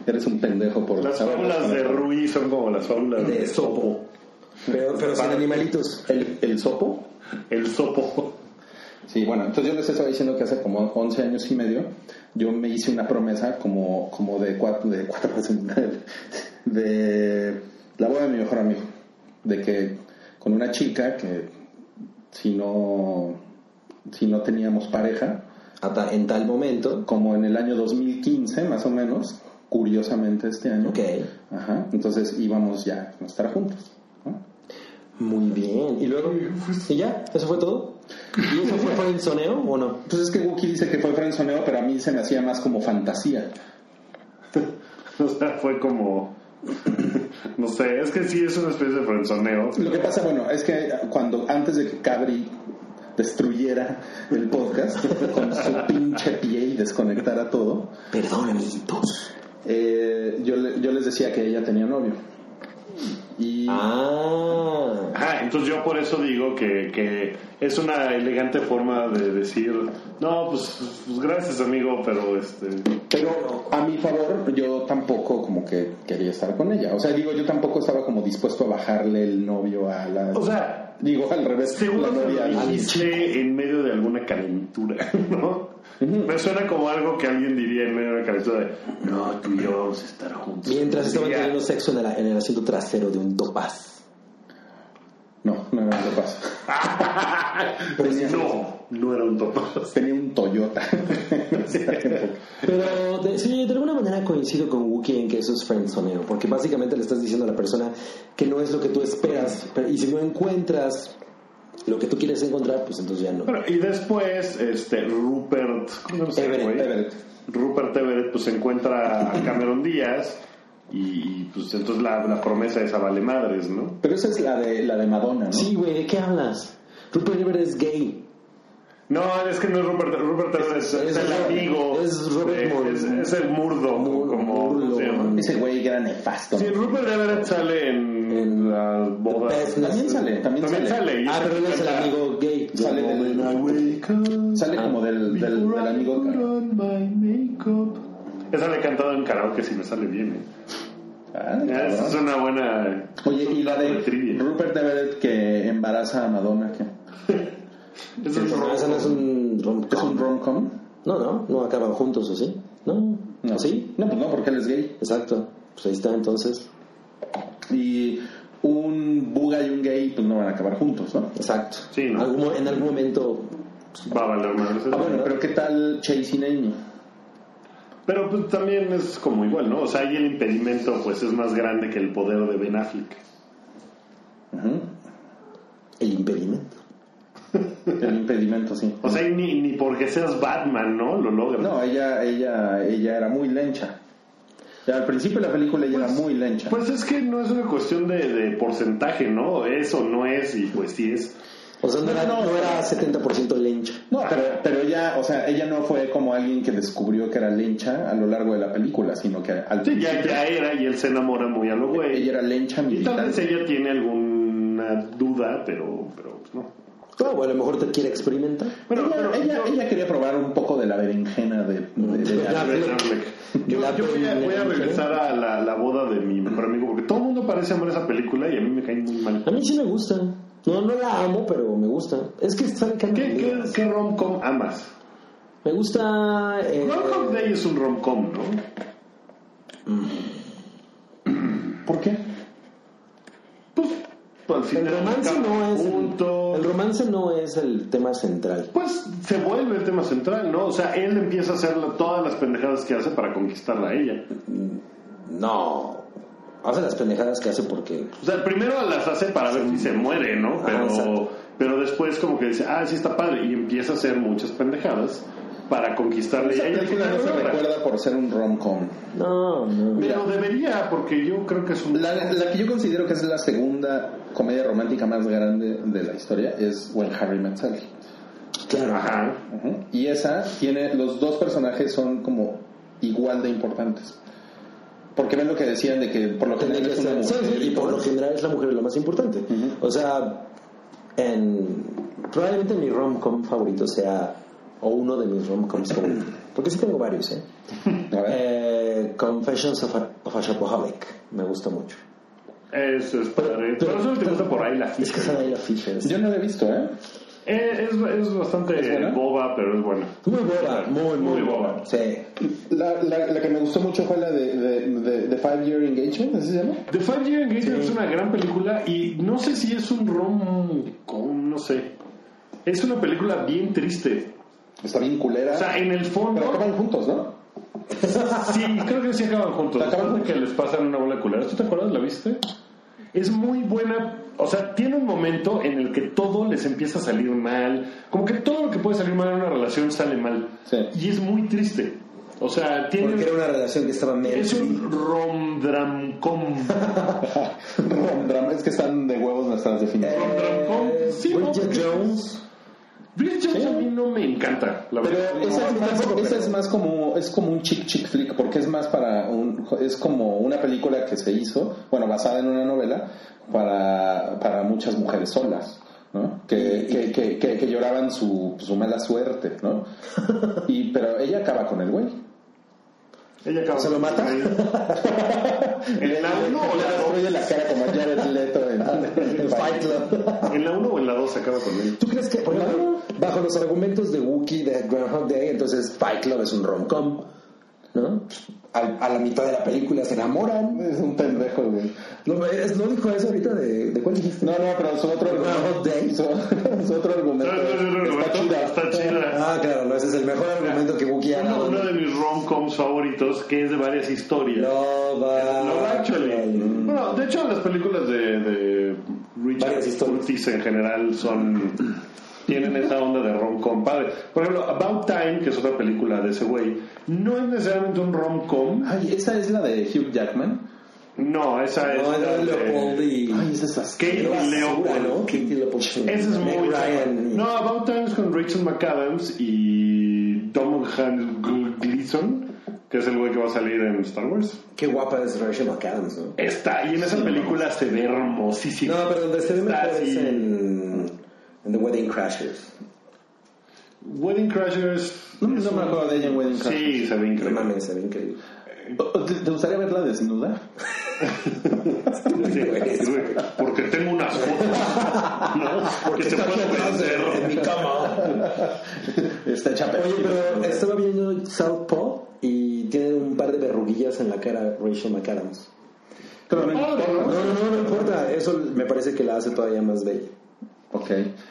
Eres un pendejo por
Las
saber-
fábulas de Rui son como las fábulas
De sopo. Pero, pero sin animalitos.
¿El, el sopo?
El sopo.
Sí, bueno, entonces yo les estaba diciendo que hace como 11 años y medio yo me hice una promesa como, como de cuatro, de cuatro de la boda de mi mejor amigo, de que con una chica que si no, si no teníamos pareja,
Hasta en tal momento.
como en el año 2015 más o menos, curiosamente este año,
Ok.
ajá, entonces íbamos ya a estar juntos. ¿no?
Muy bien. ¿Y luego? ¿Y ya? ¿Eso fue todo? ¿Y eso fue frenzoneo o no?
Pues es que Wookie dice que fue frenzoneo, pero a mí se me hacía más como fantasía.
O sea, fue como. No sé, es que sí es una especie de frenzoneo.
Lo que pasa, bueno, es que cuando antes de que Cabri destruyera el podcast con su pinche pie y desconectara todo,
Perdón, amiguitos.
eh, yo, le- yo les decía que ella tenía novio. Y
Ah.
Ajá, entonces yo por eso digo que, que es una elegante forma de decir, no, pues, pues gracias amigo, pero este...
pero a mi favor, yo tampoco como que quería estar con ella. O sea, digo, yo tampoco estaba como dispuesto a bajarle el novio a la
O sea,
digo al revés,
seguro
la
que
novia a
lo
la-
dijiste en medio de alguna calentura, ¿no?
Ujú.
Me suena como algo que alguien diría en medio de una calentura de, no, tú y yo vamos a estar juntos.
Mientras
un
estaban
día".
teniendo sexo en el, en el asiento trasero de un topaz.
No, no era un topaz.
Pero sí,
No, no era un topaz.
Tenía un Toyota. En esa época.
Pero de- sí, de alguna manera coincido con Wookie en que eso es friendzoneo, porque básicamente le estás diciendo a la persona que no es lo que tú esperas, pero- y si no encuentras
Lo que tú quieres encontrar, pues entonces ya no.
Bueno, y después, este, Rupert, ¿cómo se llama? ese
Everett,
güey?
Everett.
Rupert Everett, pues se encuentra a Cameron Díaz y, pues entonces la, la promesa esa vale madres, ¿no?
Pero esa es la de, la de Madonna, ¿no?
Sí, güey, ¿de qué hablas? Rupert Everett es gay.
No, es que no es Rupert, Rupert Everett, es, es
es
el
Robert-
amigo.
es Robert
eh,
Moore.
es, es el murdo,
Mur-
como
Murlo.
se llama.
Ese güey era nefasto.
Sí, Rupert Everett sale en,
En
las bodas.
Best-
También sale, también,
Pues, También sale. y
Pues, Ah,
se
pero él es el
encuentra-
amigo gay.
Sale del- Sale como del, del, del amigo.
Esa la he cantado en karaoke si me sale bien. ¿eh?
Ah,
Ya, Esa es
cabrón.
una buena.
Oye, y la de
Trivia.
Rupert Everett que embaraza a Madonna, que
Es un
No,
rock.
esa no es un
es un
rom-com.
rom-com.
No, no, no acaban juntos, ¿o sí? No,
No.
¿Sí?
No, pues no, porque él es gay.
Exacto. Pues ahí está entonces.
Y un buga y un gay, pues no van a acabar juntos, ¿no?
Exacto.
Sí, ¿no?
Algún mo- en algún momento.
Va a valer madres.
Ah, bueno, pero ¿qué tal Chase y Naomi?
Pero pues también es como igual, ¿no? O sea, ahí el impedimento pues es más grande que el poder de Ben Affleck.
Ujú.
El impedimento.
El impedimento, sí.
O sea, y ni, ni porque seas Batman, ¿no? Lo logra.
No, ella, ella, ella era muy lencha. Ya, al principio de la película ella era muy lencha.
Pues es que no es una cuestión de, de porcentaje, ¿no? Eso no es, y pues sí es.
O sea, no, era,
no,
no era 70% lencha.
No, pero, pero ella, o sea, ella no fue como alguien que descubrió que era lencha a lo largo de la película, sino que al
Sí, ya,
principio
ya era, y él se enamora muy a lo güey.
ella era lencha
Y tal vez
militante.
ella tiene alguna duda, pero, pero pues, no.
No, bueno, a lo mejor te quiere experimentar.
Bueno,
ella,
pero
ella,
yo-
ella quería probar un poco de la berenjena de, de- de-
Ya,
Ah,
Ben
Ben Affleck. Yo,
Ya,
yo voy, a,
Ben
voy a
Affleck.
regresar a la, la boda de mi mejor amigo, porque todo el mundo parece amar esa película y a mí me cae muy mal.
A mí sí me gusta. No, no la amo, pero me gusta. Es que sabe que
¿Qué, qué, qué rom-com amas?
me gusta. eh,
Rom-com Day es un rom-com, ¿no?
¿Por qué?
Pues, al
el
final
romance
acaban
no es
juntos.
el romance no es el tema central.
Pues se vuelve el tema central, ¿no? O sea, él empieza a hacer la- todas las pendejadas que hace para conquistarla a ella.
No. Hace las pendejadas que hace porque
O sea, primero las hace para ver si se muere, ¿no?
Ah,
Pero,
exacto.
pero después como que dice, ah, sí está padre, y empieza a hacer muchas pendejadas para conquistarle.
Esa
Y ella
película
al
no
final
se
logra.
recuerda por ser un rom-com.
No, no.
Pero debería, porque yo creo que es un...
La, la que yo considero que es la segunda comedia romántica más grande de la historia es When Harry Met Sally.
Claro.
Ajá.
Ujú. Y esa tiene, los dos personajes son como igual de importantes. Porque ven lo que decían de que por lo
Tendría
general
que
es una
ser-
mujer.
sí, y por lo general es la mujer lo más importante.
Ujú.
O sea, en, probablemente mi rom-com favorito sea, o uno de mis rom-coms favoritos, porque sí tengo varios, ¿eh?
A ver.
Eh, Confessions of a, of a Shopaholic, me gusta mucho.
Eso es padre. Pero eso te gusta por ahí la
Es que
ficha.
sale ahí la Fisher. Es
Yo no la he visto, ¿eh?
Eh, Es, es bastante
¿Es buena?
boba, pero es buena.
muy buena, muy, muy,
Muy boba.
buena. Sí.
La, la, la que me gustó mucho fue la de, de, de- de Five Year Engagement, ¿así se llama?
The Five Year Engagement es una gran película y no sé si es un rom con, no sé. Es una película bien triste.
Está bien culera.
O sea, en el
pero
fondo...
acaban juntos, ¿no?
Sí, creo que sí acaban juntos.
Acaban
Acaban que les pasan una bola de culeras. ¿Tú te acuerdas? ¿La viste? Es muy buena. O sea, tiene un momento en el que todo les empieza a salir mal. Como que todo lo que puede salir mal en una relación sale mal.
Sí.
Y es muy triste. O sea,
Porque
tiene.
era una relación que estaba medio.
Es un romdramcom.
Rom drama, es que están de huevos nuestras definiciones.
romdramcom. Sí, no,
Bridget
porque-
Jones.
Bridget Jones
Sí.
a mí no me encanta, la
Pero
verdad.
esa, es más, esa Pues es más como es como un chick chick flick porque es más para un es como una película que se hizo bueno basada en una novela para, para muchas mujeres solas ¿no? que, que, que, que- que lloraban su, su mala suerte ¿no? y pero ella acaba con el güey
Ella acaba.
¿Se lo mata?
¿En la 1 o
le
la dos?
destruye la cara como Jared Leto en,
Ah, En Fight Club.
¿En la 1 o en la 2 acaba con él?
¿Tú crees que, por ejemplo, bajo los argumentos de Wookiee de Groundhog Day, entonces Fight Club es un rom-com, ¿no? Al- a la mitad de la película se enamoran.
es un pendejo güey
No, es, no dijo eso ahorita de, de cuál dijiste.
no no pero su otro
Groundhog
argumento
Day.
su, su otro argumento
No, no, no, no,
está
no,
chida
Está chida.
Ah, claro, no, ese es el mejor argumento que Wookiee ha
Uno,
dado.
uno de mis rom-coms favoritos, que es de varias historias.
Love
Love Actually.
Actually.
Bueno, de hecho, las películas de, de Reed
Varias historias.
cultis en general son tienen esa onda de rom com padre. Por ejemplo, About Time, que es otra película de ese güey, no es necesariamente un rom com.
Ay, esa es la de Hugh Jackman.
No, esa es.
No,
la
era
de-
Leopold y...
Ay, esa es así.
Kate
Era basura,
Leopold.
¿no? Kitty Leopold.
Esa es
Meg
muy.
Ryan.
No, About Time es con Rachel McAdams y Tom Han Gleason, que es el güey que va a salir en Star Wars.
Qué guapa es Rachel McAdams, ¿no?
Está, y en esa película se ve hermosísimo.
No, pero donde se ve
Está
mejor es
así.
en... En The Wedding Crashers.
Wedding Crashers.
No,
es
no me
un-
acuerdo de ella en Wedding Crashers.
Sí, se ve
No
increíble.
mames, se ve increíble.
¿O- ¿Te, te gustaría verla desnuda?
Sí, güey, porque tengo unas fotos ¿no? que se pueden
En mi
vender.
cama.
Está hecha
Oye,
perfil.
pero estaba viendo Southpaw y tiene un par de verruguillas en la cara Rachel McAdams.
Pero no
Pobre,
importa.
No, no, no, no importa. Eso me parece que la hace todavía más bella.
Ok.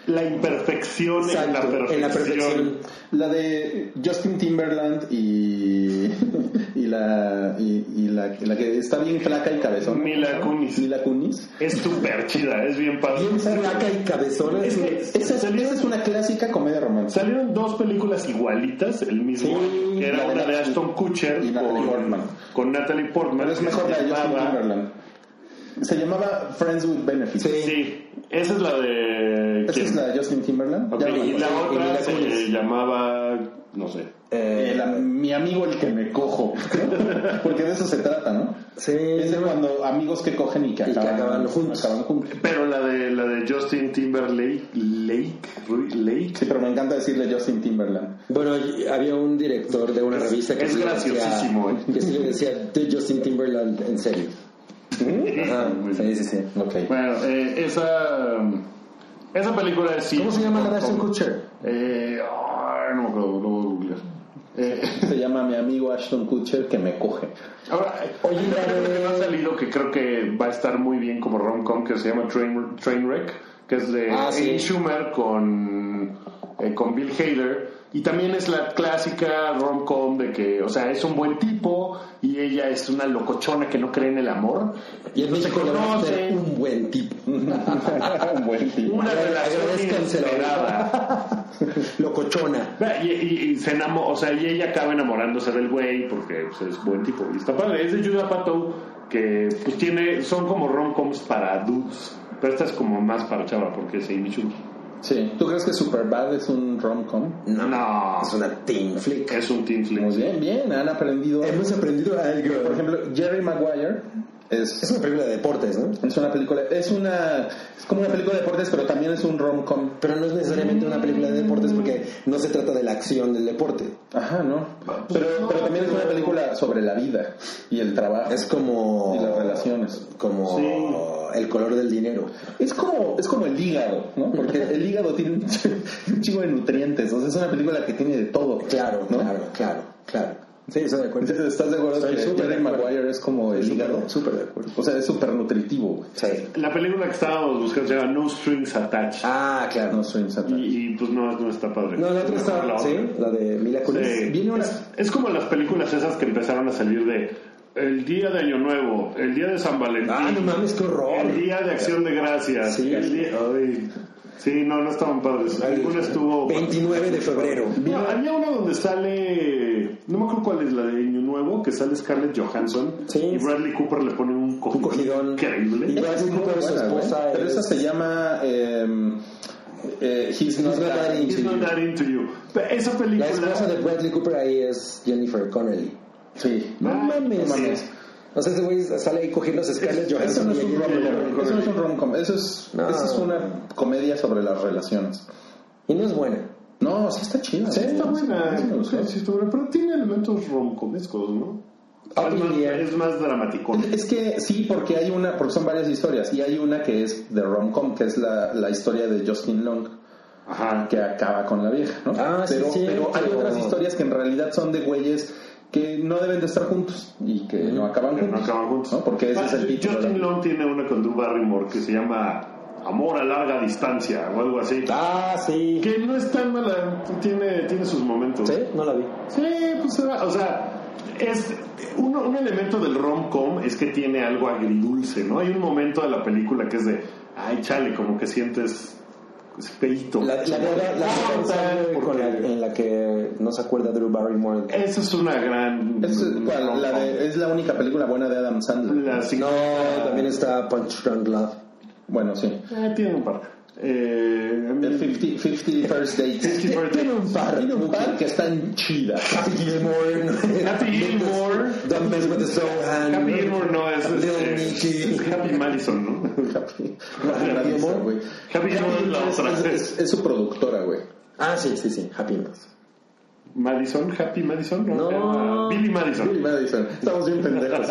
La imperfección en la
Exacto,
perfección.
en la perfección.
La de Justin Timberland y, y, la, y, y la, y la que está bien flaca y cabezón.
Mila Kunis.
Mila Kunis.
Es súper chida, es bien padre.
Bien flaca y cabezona.
Es que
Esa es,
Salieron-
esa es una clásica comedia romántica.
Salieron dos películas igualitas el mismo
Sí,
año, que
la
era
de
una de
Natalie-
Ashton Kutcher
y Natalie
con,
Portman.
con Natalie Portman.
Pero es
que
mejor la
se
de Justin
llamaba-
Timberland. Se llamaba Friends with Benefits.
Sí.
Sí, esa es la de.
Esa
¿quién?
es la de Justin Timberland.
Ok,
Ya me
y la
acuerdo.
otra
Mila
se
Kunis.
llamaba. No sé.
Eh,
Eh, la- mi amigo el que me cojo. Porque de eso se trata, ¿no?
sí,
Es de cuando amigos que cogen y que
Y que
acaban,
acaban juntos.
acaban juntos.
Pero la de, la de Justin Timberlake. Lake. Ru- Lake.
Sí, pero me encanta decirle Justin Timberland.
Bueno, y- había un director de una
Es-
revista que
es
sí le decía-
graciosísimo, ¿eh?
que sí le decía "The Justin Timberland en serio. pues, Ajá,
Muy bien.
sí, sí, sí.
Ok.
Bueno, eh, esa. Esa película es. sí,
¿Cómo se llama la de
como-
Ashton Kutcher?
Eh, ay, no me acuerdo, lo voy a googlear. Eh,
Se llama mi amigo Ashton Kutcher que me coge.
Ahora,
eh, Oye,
oye,
la de-
que no ha salido que creo que va a estar muy bien como rom-com que se llama Train, Trainwreck, que es de
Ah, sí.
Amy Schumer con, eh, con Bill Hader. Y también es la clásica rom-com de que, o sea, es un buen tipo y ella es una locochona que no cree en el amor.
Y en
no se
México le va a ser
conocen.
un buen tipo.
Un buen tipo.
Una relación
Agradezcanselo.
inesperada.
Locochona.
Y, y- y se enamo- o sea, y ella acaba enamorándose del güey porque pues, es buen tipo. Y está padre. Es de Judah Pato que pues tiene, son como rom-coms para dudes. Pero esta es como más para chava porque es Amy Schumer.
Sí. ¿Tú crees que Superbad es un rom-com?
No,
No.
Es una teen flick.
Es un team flick.
Muy bien, bien. Han aprendido.
Hemos aprendido algo.
Por ejemplo, Jerry Maguire
es
es,
una película de deportes, ¿no?
es una película. Es una. Es como una película de deportes, pero también es un rom-com.
Pero no es necesariamente una película de deportes porque no se trata de la acción del deporte.
Ajá, no.
Pues
Pero, pero también es una película sobre la vida y el trabajo.
Es como.
Y las relaciones.
Como. El color del dinero.
Es como, es como el hígado, ¿no? Porque el hígado tiene un ch- un chingo de nutrientes. O sea, es una película que tiene de todo.
Claro,
¿no?
claro, claro, claro. Sí, estoy de acuerdo.
¿Estás de acuerdo
Estoy
que
súper
Jerry
de acuerdo.
Maguire es como el hígado?
Súper de acuerdo.
O sea, es súper nutritivo, güey.
Sí.
La película que estábamos buscando se llama No Strings Attached.
Ah, claro.
No soy insatisfecho.
Y, y, pues no, no está padre.
No, la otra
Mejor
está.
la
Sí,
otra.
la de Mila Kunis.
Sí.
Viene una.
Es, es como las películas esas que empezaron a salir de el día de Año Nuevo, el día de San Valentín.
Ah, no mames, qué horror.
El día de acción de gracias.
Sí.
El día- ay. sí, no, no estaban padres. Alguna estuvo.
29 de febrero.
No, había una donde sale. No me acuerdo cuál es la de Año Nuevo, que sale Scarlett Johansson.
Sí.
Y Bradley Cooper le pone un
Un
cogidón.
cogidón. Y
Increíble.
Bradley
Muy
Cooper, su
buena, güey.
esposa.
Pero
es-
esa se llama eh, eh, He's Not
He's Not
That
That
He's
Into
not
You.
that into you. Pero Esa película.
La esposa de Bradley Cooper ahí es Jennifer Connelly.
Sí.
No mames.
no mames.
O sea, ese güey sale ahí cogiendo Scarlett
Eso
Johansson.
no es
y
un
ella-
rom-com. Eso no es un rom-com. Eso es,
No.
eso es una comedia sobre las relaciones.
Y no es buena.
No, sí está chida.
Sí,
güey.
está buena.
Sí, me gustó.
Sí, está buena, pero tiene elementos romcomescos, ¿no?
Ah,
Es más,
bien.
es más dramático.
Es que sí, porque hay una, porque son varias historias y hay una que es de rom-com, que es la, la historia de Justin Long
Ajá.
que acaba con la vieja, ¿no?
Ah, sí,
pero,
sí,
pero hay
pero-
otras historias que en realidad son de güeyes que no deben de estar juntos y que no acaban
Que no
juntos,
acaban juntos. Ah,
¿no? Porque ese es el título. de la-
Justin Long tiene una con Drew Barrymore que se llama Amor a larga distancia o algo así.
Ah, sí.
Que no es tan mala, tiene, tiene sus momentos.
¿Sí? No la vi.
Sí, pues se va, o sea, es un, un elemento del rom-com es que tiene algo agridulce, ¿no? Hay un momento de la película que es de, Ay, chale, como que sientes ese peito.
La, la, la, la canción
¿por
con
qué?
la- en la que no se acuerda Drew Barrymore.
Esa es una gran.
Es, ¿cuál? La de- es la única película buena de Adam Sandler.
La
No,
psicóloga-
también está Punch Drunk Love.
Bueno, sí.
Ah, tiene un par. Eh, a mí-
El 50, 50 First Dates.
50 First
Tiene un par.
Tiene un par que están chidas.
Happy Gilmore.
Happy Gilmore.
Don't mess with the Sohan.
Happy Gilmore no es.
Little
este,
Nicky.
es Happy Madison, ¿no?
Happy
Happy
Madison, güey.
Happy Gilmore es la
Es-
otra.
es- es- es su productora, güey.
Ah, sí, sí, sí. Happy Meals.
Madison, Happy Madison,
No.
Ah, Billy
Billy
Madison.
Madison. Estamos bien pendejos.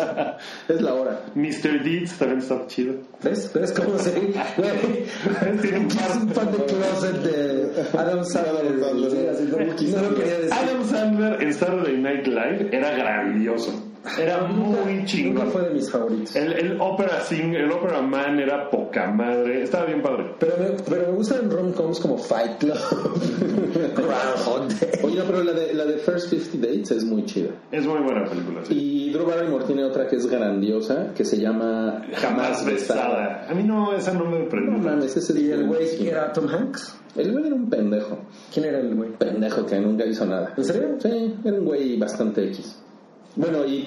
Es la hora.
Mr. Deeds también está chido.
¿Ves? ¿Ves cómo se.? Güey.
Tiene un
Es un
par.
fan de closet de Adam Sandler.
Adam Sandler.
Sí, así como quizá No lo quería decir.
Adam Sandler en Saturday Night Live era grandioso. Era muy
Nunca
chingón.
fue de mis favoritos.
El, el opera sing, el opera man era poca madre. Estaba bien padre.
Pero me, pero me gustan rom-coms como Fight Club, Groundhog Day.
Oye, no, pero la de, la de First 50 Dates es muy chida.
Es muy buena película. sí.
Y Drew Barrymore tiene otra que es grandiosa, que se llama
Jamás besada. A mí no, esa no me
No
prendió.
mames, ese es
¿Y el güey
buenísimo.
que era Tom Hanks?
El güey era un pendejo.
¿Quién era el güey?
Pendejo que nunca hizo nada.
¿En serio?
Sí, era un güey bastante X. Bueno, y,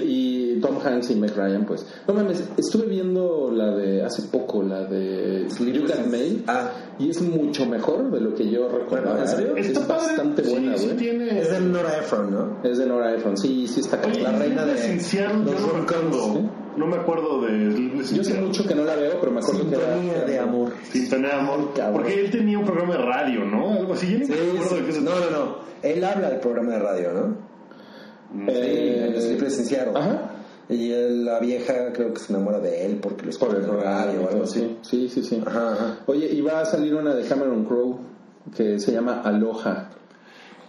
y Tom Hanks y Meg Ryan, pues. No mames, estuve viendo la de hace poco, la de You Got Mail.
Ah,
Y es mucho mejor de lo que yo recordaba.
¿En serio?
Es
Está padre.
bastante buena,
sí, sí
güey.
tiene.
es de Nora Ephron, ¿no?
Es de Nora Ephron. Sí, sí está
Oye,
cabrón.
la reina de-
Sleepless in Seattle, yo
los
no me
rom-coms,
acuerdo.
¿eh?
No me acuerdo de Sleepless in
Yo sé
Seattle.
mucho que no la veo, pero me acuerdo que era...
Sintonía de amor.
Sintonía de amor.
cabrón.
Porque él tenía un programa de radio, ¿no? Algo así. Yo ni me acuerdo de qué se
No, no, no. Él habla del programa de radio, ¿no?
Eh,
Mm, El Sleep Licenciado.
Ajá.
Y él, la vieja creo que se enamora de él porque lo escucha en la radio o algo así.
Sí, sí, sí. sí.
Ajá, ajá.
Oye, y va a salir una de Cameron Crowe que se llama Aloha.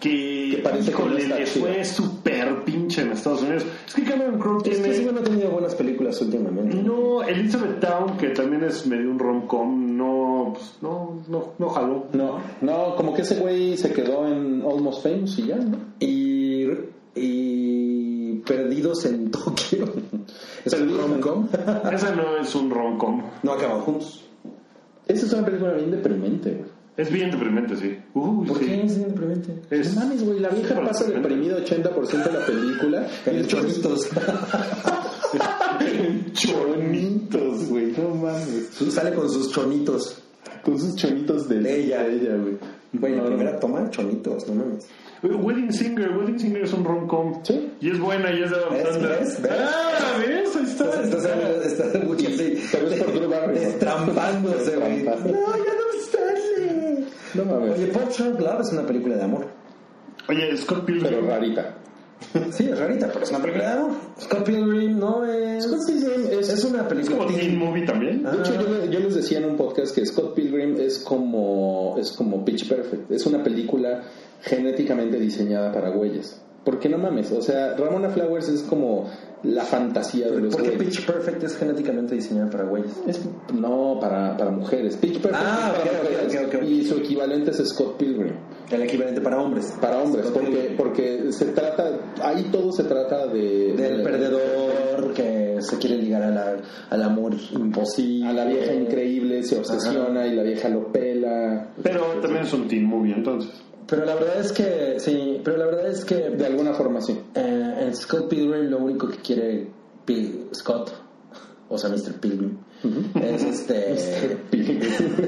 Que,
Que parece que no
híjole,
está
le
chido.
fue súper pinche en Estados Unidos. Es que Cameron Crowe
Es
tiene.
que Este sí, no ha tenido buenas películas últimamente.
No, Elizabeth Town, que también es medio un rom-com, no, pues, no, no, no jaló.
No, no, como que ese güey se quedó en Almost Famous y ya, ¿no?
Y, y Perdidos en Tokio. ¿Es el rom-com?
Esa no es un rom-com.
No acaban juntos.
Esa es una película bien deprimente, güey.
Es bien deprimente, sí. Uy,
¿Por
sí.
qué es simplemente?
Es-
No mames, güey, la vieja
Súper
pasa
deprimente.
deprimida 80% de la película. y
En
después-
choritos.
Chonitos, güey, no mames.
Su- Sale con sus chonitos.
Con sus chonitos de,
De ella.
de ella, güey.
Güey, la
No, no.
primera toma, chonitos, no mames.
Wedding Singer, Wedding Singer es un rom-com.
Sí.
Y es buena, y es de Adam
¿Ves?
Sandler.
¿Ves? ¿Ves?
Ah, ¿ves? Ahí está.
Estás, estás, estás, así,
pero es por Drew Barrymore.
destrampándose, güey. No, ya
Destrampando.
no sale.
No mames.
Oye, Pop Sharp Love es una película de amor.
Oye, Scott
pero
Pilgrim.
rarita.
Sí, es rarita, pero es una película de amor. Scott Pilgrim no es.
Scott Pilgrim es-
es una
Es
película.
como Teen Movie también.
De hecho, yo, le- yo les decía en un podcast que Scott Pilgrim es como, es como Pitch Perfect. Es una película genéticamente diseñada para güeyes. Porque no mames, o sea, Ramona Flowers es como la fantasía de los
¿Por qué
güeyes.
Pitch Perfect es genéticamente diseñada para güeyes?
Es, no, para, para mujeres. Pitch Perfect
Ah,
es para
ok, ok,
mujeres.
ok, ok.
Y su equivalente es Scott Pilgrim.
El equivalente para hombres.
Para hombres,
Scott
porque,
Pilgrim.
porque se trata, ahí todo se trata de...
Del
de-
perdedor que se quiere ligar a la- al amor imposible.
A la vieja increíble se obsesiona y la vieja lo pela.
Pero también es un Teen Movie, entonces.
Pero la verdad es que, sí, pero la verdad es que
De alguna forma sí.
Eh, en Scott Pilgrim lo único que quiere Pil- Scott, o sea, Mr. Pilgrim, es este...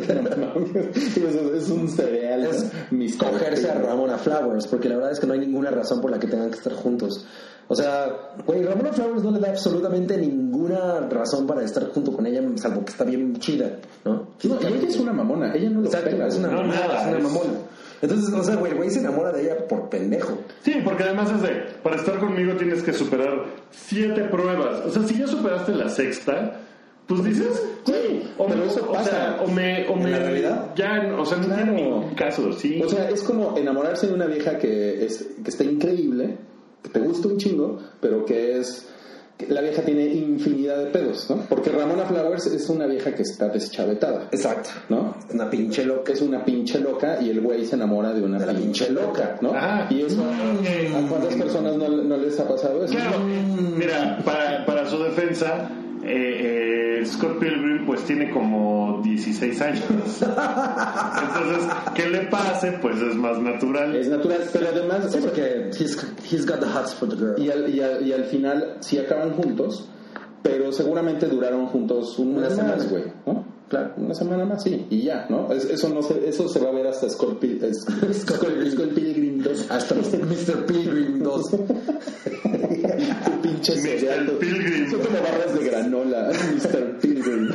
es, es un cereal. ¿no?
es
Mis
cogerse a
tortillas.
Ramona Flowers, porque la verdad es que no hay ninguna razón por la que tengan que estar juntos. O sea, güey, Ramona Flowers no le da absolutamente ninguna razón para estar junto con ella, salvo que está bien chida, ¿no?
No, y ella es una mamona. Ella no lo
Exacto,
pela.
es una,
No,
mamona,
nada,
es una
es-
mamona. Entonces, o sea, güey, el güey se enamora de ella por pendejo.
Sí, porque además es de, para estar conmigo tienes que superar siete pruebas. O sea, si ya superaste la sexta, pues dices,
Sí,
o
pero
me-
eso
o
pasa.
sea, o me, o
¿En
me,
la realidad?
ya, o sea, no
Claro.
tiene ningún caso, sí.
O sea, es como enamorarse de una vieja que, es, que está increíble, que te gusta un chingo, pero que es... que La vieja tiene infinidad de pedos, ¿no? Porque Ramona Flowers es una vieja que está deschavetada,
Exacto.
¿no?
Una pinche loca.
que es una pinche loca y el güey se enamora de una
De la
pinche
pinche
loca, ¿no?
Ah.
y eso, ¿a cuántas personas no, no les ha pasado eso?
Claro, mira, para, para su defensa, eh, eh, Scott Pilgrim pues tiene como 16 años. Entonces, que le pase pues es más natural.
Es natural, pero además...
Sí, porque he's, he's got the hearts for the girl.
Y al, y, al, y al final sí acaban juntos, pero seguramente duraron juntos un
Una
mes
semana.
más, güey. ¿no? Claro, una semana más, sí, y ya, ¿no? Es- eso no se, eso se va a ver hasta Scott Pil- es- Scott- Scott Pilgrim 2.
Hasta Mr. Pilgrim 2.
Tu pinche cereal.
Pilgrim.
Son como barras de granola, Mr. Pilgrim.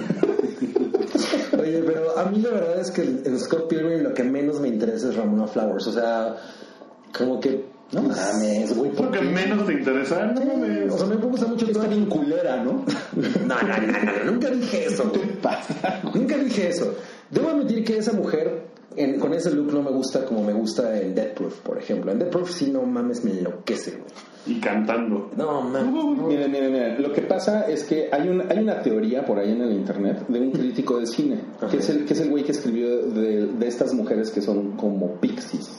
Oye, pero a mí la verdad es que en Scott Pilgrim lo que menos me interesa es Ramona Flowers. O sea, como que. No
Pues,
mames, güey.
¿Por qué menos te interesa? No mames.
O sea, me gusta mucho
Está
toda-
bien culera, ¿no?
No, no, no, no, no, nunca dije eso. güey. Nunca dije eso. Debo admitir que esa mujer en- con ese look no me gusta como me gusta en Death Proof, por ejemplo. En Death Proof sí, no mames, me enloquece, güey.
Y cantando.
No mames.
Miren, miren, miren. Lo que pasa es que hay, un, hay una teoría por ahí en el internet de un crítico de cine,
Ajá.
que es el que es el güey que escribió de, de estas mujeres que son como pixies,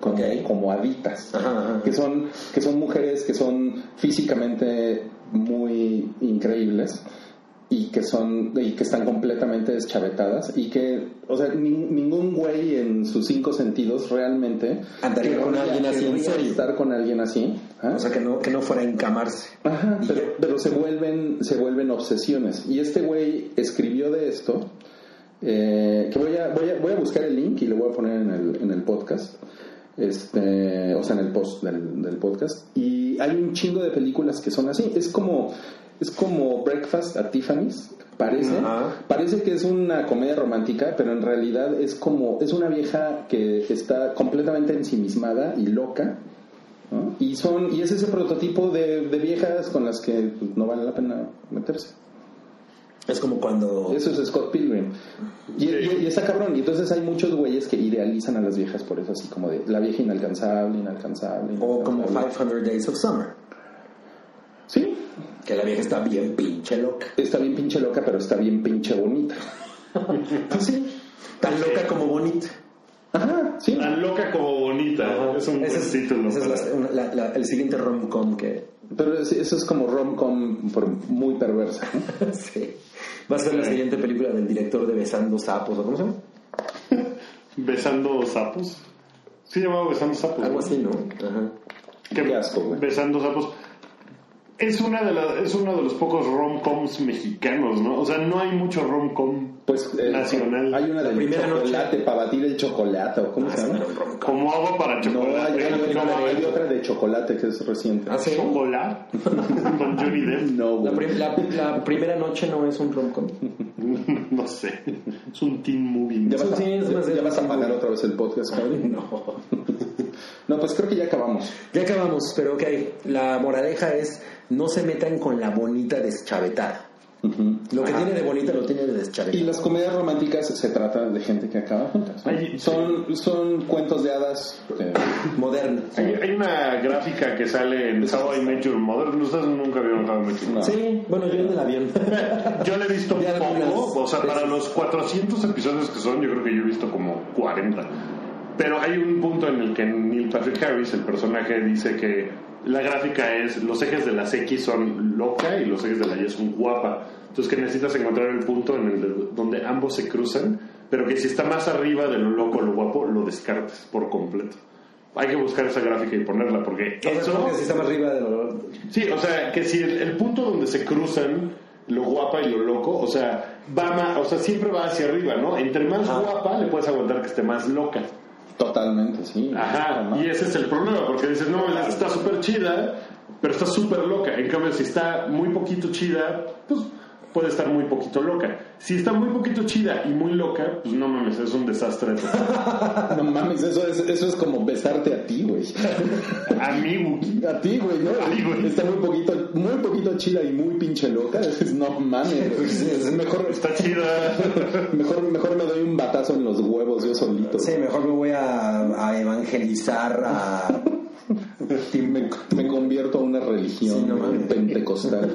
como,
Ok.
como haditas,
Ajá, ajá.
que son que son mujeres que son físicamente muy increíbles y que son y que están completamente deschavetadas y que o sea ni- ningún güey en sus cinco sentidos realmente
Andaría con
querría-
alguien así, en
querría
serio.
estar con alguien así ¿ah?
O sea, que no, que no fuera a encamarse.
Ajá,
Y
pero,
yo-
pero se vuelven se vuelven obsesiones. Y este güey escribió de esto, eh, que voy a, voy, a, voy a buscar el link y lo voy a poner en el, en el podcast, este, o sea, en el post del, del podcast. Y hay un chingo de películas que son así. Es como es como Breakfast at Tiffany's, parece.
Ajá.
Parece que es una comedia romántica, pero en realidad es como es una vieja que está completamente ensimismada y loca. ¿no? Y son y es ese prototipo de, de viejas con las que pues, no vale la pena meterse.
Es como cuando.
Eso es Scott Pilgrim. Y, y- y está cabrón. Y entonces hay muchos güeyes que idealizan a las viejas por eso, así como de la vieja inalcanzable, inalcanzable.
O como
inalcanzable.
500 Days of Summer.
Sí,
Que la vieja está bien pinche loca.
está bien pinche loca, pero está bien pinche bonita.
Pues sí. Tan loca como bonita.
Ajá, sí.
Tan loca como bonita. Es un buen
Ese es,
título.
ese es
para-
la- una- la- la- el siguiente rom-com que.
Pero es- eso es como rom-com por- muy perversa. ¿no?
sí. Va a ser la siguiente película del director de Besando Sapos, ¿o cómo se llama?
Besando sapos. Sí, llamaba Besando sapos.
Algo
¿no?
así, ¿no? Ajá.
Qué
Qué asco, güey.
Besando sapos. Es, una de las es uno de los pocos rom-coms mexicanos, ¿no? O sea, no hay mucho rom-com
Pues eh,
nacional.
hay una
La
del
primera Ah,
chocolate, para batir el chocolate, o cómo se llama.
Como agua para
No, hay,
chocolate. ¿eh?
una-
No,
hay
hay
otra de chocolate que es reciente.
Ah, sí.
chocolate con Johnny Depp.
No,
La,
güey.
prim- la- la primera noche no es un rom-com.
No sé. Es un teen movie. ¿no?
Ya vas, a,
Sí, es más
ya- ya
el-
vas a pagar otra vez el podcast, cabrón.
No.
No, pues creo que ya acabamos.
Ya acabamos, pero ok. La moraleja es: no se metan con la bonita deschavetada. Lo que tiene de bonita lo tiene de
Y
deschavetada.
las comedias románticas se tratan de gente que acaba juntas. ¿no?
Ay,
Son, son cuentos de hadas. eh,
Moderna.
Hay, hay una gráfica que sale en How I Met Your Mother. No, Ustedes nunca vieron How I Met Your
no.
Sí, bueno, yo en el avión.
Mother. Yo la he visto
Ya algunas
poco. O sea, para
veces.
los 400 episodios que son, yo creo que yo he visto como 40. Pero hay un punto en el que Neil Patrick Harris, el personaje, dice que la gráfica es los ejes de las X son loca y los ejes de la Y son guapa. Entonces que necesitas encontrar el punto en el de- donde ambos se cruzan, pero que si está más arriba de lo loco o lo guapo, lo descartes por completo. Hay que buscar esa gráfica y ponerla porque
O sea,
eso-
como que si está más arriba de lo.
Sí, o sea, que si el, el punto donde se cruzan lo guapa y lo loco, o sea, va ma- o sea, siempre va hacia arriba, ¿no? Entre más guapa le puedes aguantar que esté más loca.
Totalmente, sí.
Ajá,
Normal.
y ese es el problema, porque dices, no, esta está súper chida, pero está súper loca. En cambio, si está muy poquito chida, pues puede estar muy poquito loca. Si está muy poquito chida y muy loca, pues no mames, es un desastre.
No mames, eso es, eso es como besarte a ti, güey.
A mí, Wookie.
A ti, güey, ¿no?
A mí, güey.
Está muy poquito, muy poquito chila y muy pinche loca. Dices, no mames, güey. Es mejor,
Está chida.
mejor, mejor me doy un batazo en los huevos yo solito.
Sí, mejor me voy a, a evangelizar a.
Y me, me convierto a una religión
Sí, no mames.
pentecostal.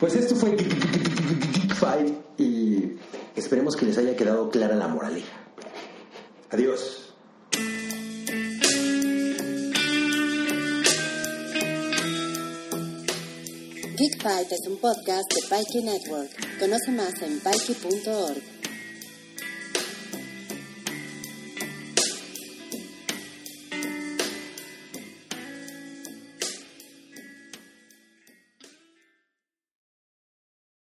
Pues esto fue Geek- Geek- Geek- Geek- Geek Fight y esperemos que les haya quedado clara la moraleja. Adiós.
Geek Fight es un podcast de Pikey Network. Conoce más en pikey.org.